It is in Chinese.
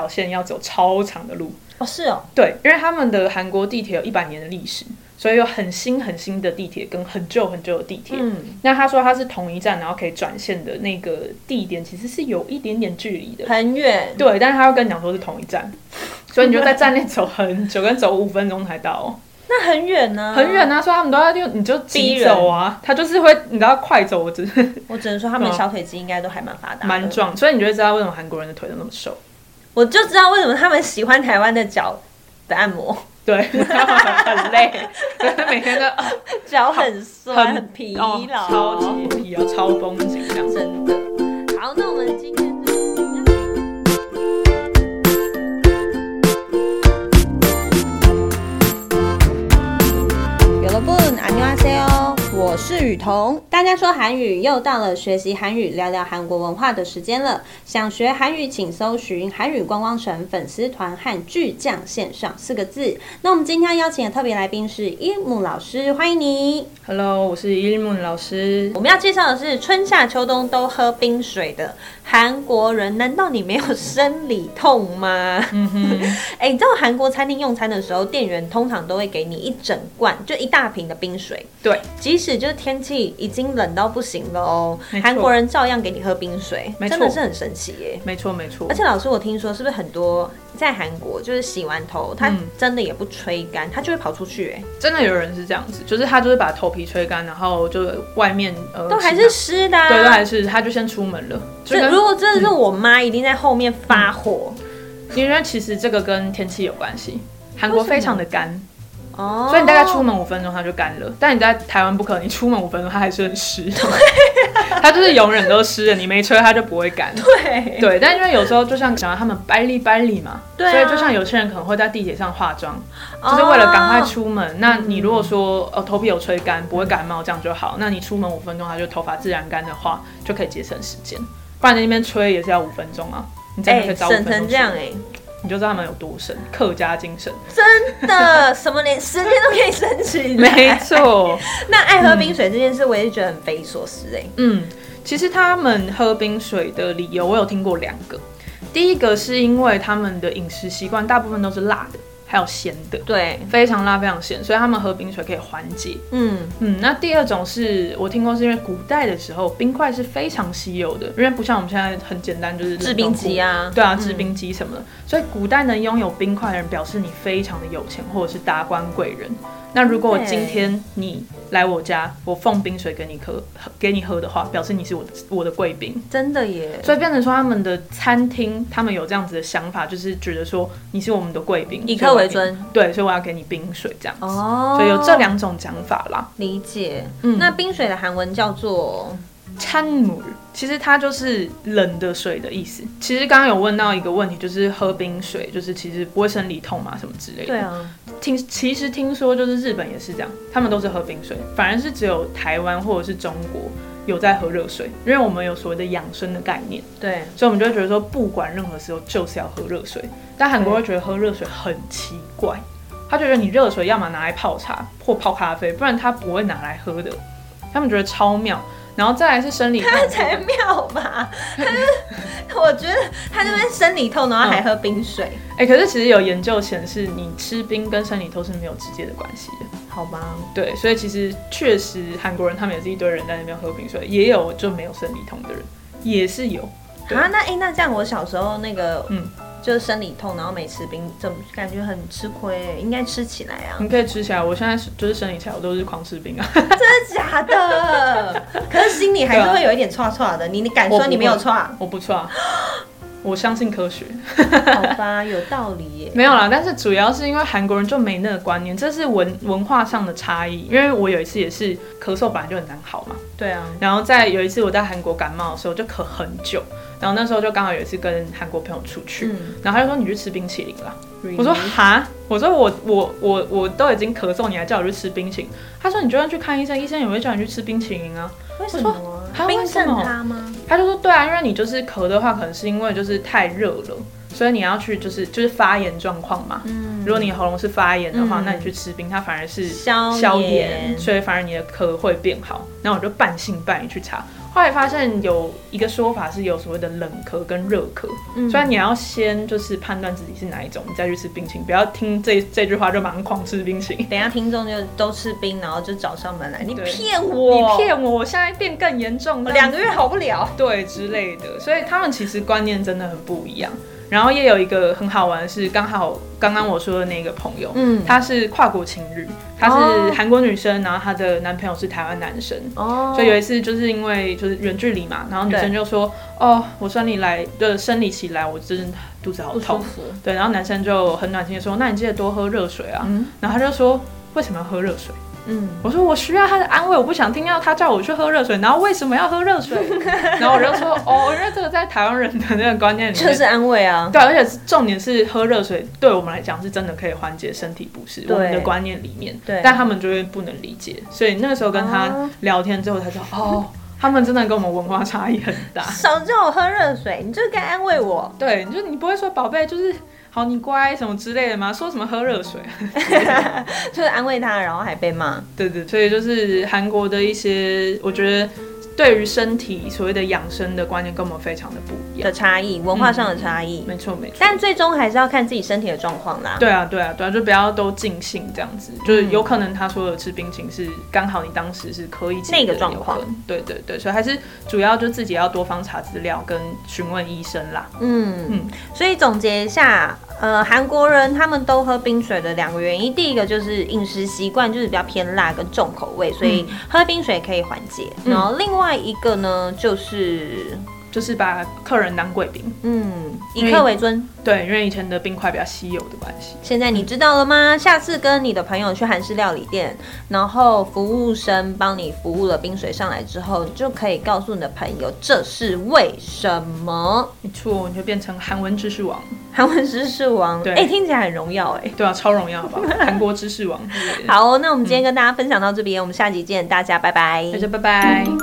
条线要走超长的路。哦，是哦，对，因为他们的韩国地铁有一百年的历史，所以有很新很新的地铁跟很旧很旧的地铁。嗯，那他说他是同一站，然后可以转线的那个地点其实是有一点点距离的，很远，对，但是他会跟你讲说是同一站，所以你就在站内走很久，跟走五分钟才到、哦。那很远呢、很远啊，所以他们都要就你就逼急嗯人走啊，他就是会你知道快走，我只是我只能说他们的小腿肌应该都还蛮发达，蛮。壮，所以你就会知道为什么韩国人的腿都那么瘦。我就知道为什么他们喜欢台湾的脚的按摩，对，很累，就是 每天都、呃 脚很酸，很疲劳，哦、超级疲劳、超绷紧这样。真的。好，那我们今天就有了不？안녕하세요，我是雨桐。大家说韩语，又到了学习韩语、聊聊韩国文化的时间了。想学韩语，请搜寻“韩语观光城”粉丝团和“巨匠线上”四个字。那我们今天邀请的特别来宾是一木老师，欢迎你。 Hello，我是伊木老师。我们要介绍的是春夏秋冬都喝冰水的韩国人，难道你没有生理痛吗？嗯 哼，哎、你知道韩国餐厅用餐的时候，店员通常都会给你一整罐，就一大瓶的冰水，对，即使就是天气已经冷到不行了哦没，错韩国人照样给你喝冰水，没错真的是很神奇耶。没错没错而。且老师，我听说是不是很多在韩国就是洗完头，他嗯真的也不吹干，他就会跑出去，哎，真的有人是这样子，就是他就是把头皮吹干，然后就外面呃都还其是湿的、啊。他对都还是他就先出门了，就这嗯跟如果真的是我妈，一定在后面发火。因为其实这个跟天气有关系。韩国为什么非常的干，哦，所以你大概出门五分钟它就干了。但你在台湾不可能，你出门五分钟它还是很湿。 它就是永远都湿的，你没吹它就不会干。对，对，但因为有时候就像讲到他们掰力掰力嘛，哎对啊哦所以就像有些人可能会在地铁上化妆，就就是为了赶快。出嗯门。那你如果说呃头皮有吹干，不会感冒，这样就好。那你出门五分钟，它就头发自然干的话，就可以节省时间。不然在那边吹也是要五分钟啊，你真的哎、可以早五分省钟成出这样门哎、你就知道他们有多神，客家精 神。真的什么连时间都可以省起来。没错，那爱喝冰水这件事，我也是觉得很匪夷所思哎、嗯，其实他们喝冰水的理由，我有听过两个。第一个是因为他们的饮食习惯大部分都是辣的，还有咸的，对，非常辣非常咸，所以他们喝冰水可以缓解。嗯，嗯，那第二种是我听过，是因为古代的时候冰块是非常稀有的，因为不像我们现在很简单，就是制冰机啊。啊，对啊，制冰机什么的，所以古代能拥有冰块的人，表示你非常的有钱，或者是达官贵人。那如果我对今天你来我家，我奉冰水给你喝，喝给你喝的话，表示你是我的我的贵宾。真的耶。所以变成说，他们的餐厅他们有这样子的想法，就是觉得说你是我们的贵宾，以所我客为要给你尊。对，所以我要给你冰水这样子。哦所以有这两种讲法啦。理解。嗯那冰水的韩文叫做 찬물其实它就是冷的水的意思。其实刚刚有问到一个问题，就是喝冰水，就是其实不会生理痛嘛，什么之类的。啊，听，其实听说就是日本也是这样，他们都是喝冰水，反而是只有台湾或者是中国有在喝热水，因为我们有所谓的养生的概念，对，所以我们就会觉得说，不管任何时候就是要喝热水。但韩国会觉得喝热水很奇怪，他就觉得你热水要么拿来泡茶或泡咖啡，不然他不会拿来喝的，他们觉得超妙。然后再来是生理痛，他 才妙吧？ 他就我觉得他这边生理痛，然后还喝冰水，哎、可是其实有研究显示，你吃冰跟生理痛是没有直接的关系的。好吧？对，所以其实确实韩国人他们也是一堆人在那边喝冰水，也有就没有生理痛的人，也是有。对啊，那哎、那这样我小时候那个，嗯嗯，就是生理痛，然后没吃冰，怎么感觉很吃亏、应该吃起来啊，你可以吃起来，我现在是就是生理期，我都是狂吃冰啊。 真的假的？ 可是心里还是会有一点歘歘的，你你敢我说不你没有会歘？ 我不错啊，我相信科学。好吧，有道理耶。没有啦，但是主要是因为韩国人就没那个观念，这是文文化上的差异。因为我有一次也是咳嗽，本来就很难好嘛，对啊，然后在有一次我在韩国感冒的时候就咳很久，然后那时候就刚好有一次跟韩国朋友出去，嗯，然后他就说你去吃冰淇淋啦。我我说说哈，我说我我我我都已经咳嗽，你还叫我去吃冰淇淋？他说你就算去看医生，医生也会叫你去吃冰淇淋啊。为什我么啊他为冰什镇么它吗？他就说对啊，因为你就是咳的话，可能是因为就是太热了，所以你要去就是就是发炎状况嘛。嗯，如果你喉咙是发炎的话，嗯那你去吃冰，它反而是消消炎炎，所以反而你的咳会变好。然后我就半信半疑去查，后来发现有一个说法是有所谓的冷咳跟热咳，嗯虽然你要先就是判断自己是哪一种，你再去吃冰淇淋，不要听这这句话就马上狂吃冰淇淋。等一下听众就都吃冰，然后就找上门来，你对骗你我，骗我，我现在变更严重，我两个月好不了。对之类的，所以他们其实观念真的很不一样。然后也有一个很好玩的是，刚好刚刚我说的那个朋友，嗯，她是跨国情侣，她哦是韩国女生，然后她的男朋友是台湾男生。哦所以有一次就是因为就是远距离嘛，然后女对生就说：“哦，我生理来的生理期来，我真的肚子好不舒 痛。服，”对，然后男生就很暖心的说：“那你记得多喝热水啊。嗯然后他就说：“为什么要喝热水？”嗯，我说我需要他的安慰，我不想听到他叫我去喝热水，然后为什么要喝热 水？然后我就说哦，因为这个在台湾人的那个观念里面，这是安慰啊，对，而且是重点是喝热水对我们来讲是真的可以缓解身体不适，对我们的观念里面，对但他们就会不能理解，所以那个时候跟他哦聊天之后，他说哦，他们真的跟我们文化差异很大，少叫我喝热水，你就是该安慰我。 对，你就你不会说宝贝就是好你乖什么之类的吗？说什么喝热水？ 就是安慰他，然后还被骂。对对，所以就是韩国的一些，我觉得对于身体所谓的养生的观念跟我们非常的不一样。的差异，文化上的差异。没错没错。但最终还是要看自己身体的状况啦。对啊对啊对啊，就不要都尽兴这样子，就是嗯有可能他说的吃冰淇淋是刚好你当时是可以吃的那个状况有可能对对对，所以还是主要就自己要多方查资料跟询问医生啦。嗯嗯嗯。所以总结一下，呃，韩国人他们都喝冰水的两个原因，第一个就是饮食习惯就是比较偏辣跟重口味，所以喝冰水可以缓解。嗯然后另外一个呢，就是就是把客人当贵宾，嗯，以客为尊。对，因为以前的冰块比较稀有的关系。现在你知道了吗？下次跟你的朋友去韩式料理店，然后服务生帮你服务了冰水上来之后，你就可以告诉你的朋友这是为什么。 没错，你就变成韩文知识王，韩文知识王，对哎、听起来很荣耀哎、对啊，超荣耀吧，韩国知识王之类的。好哦、那我们今天跟大家分享到这边，我们下集见，大家拜拜，大家拜拜。 「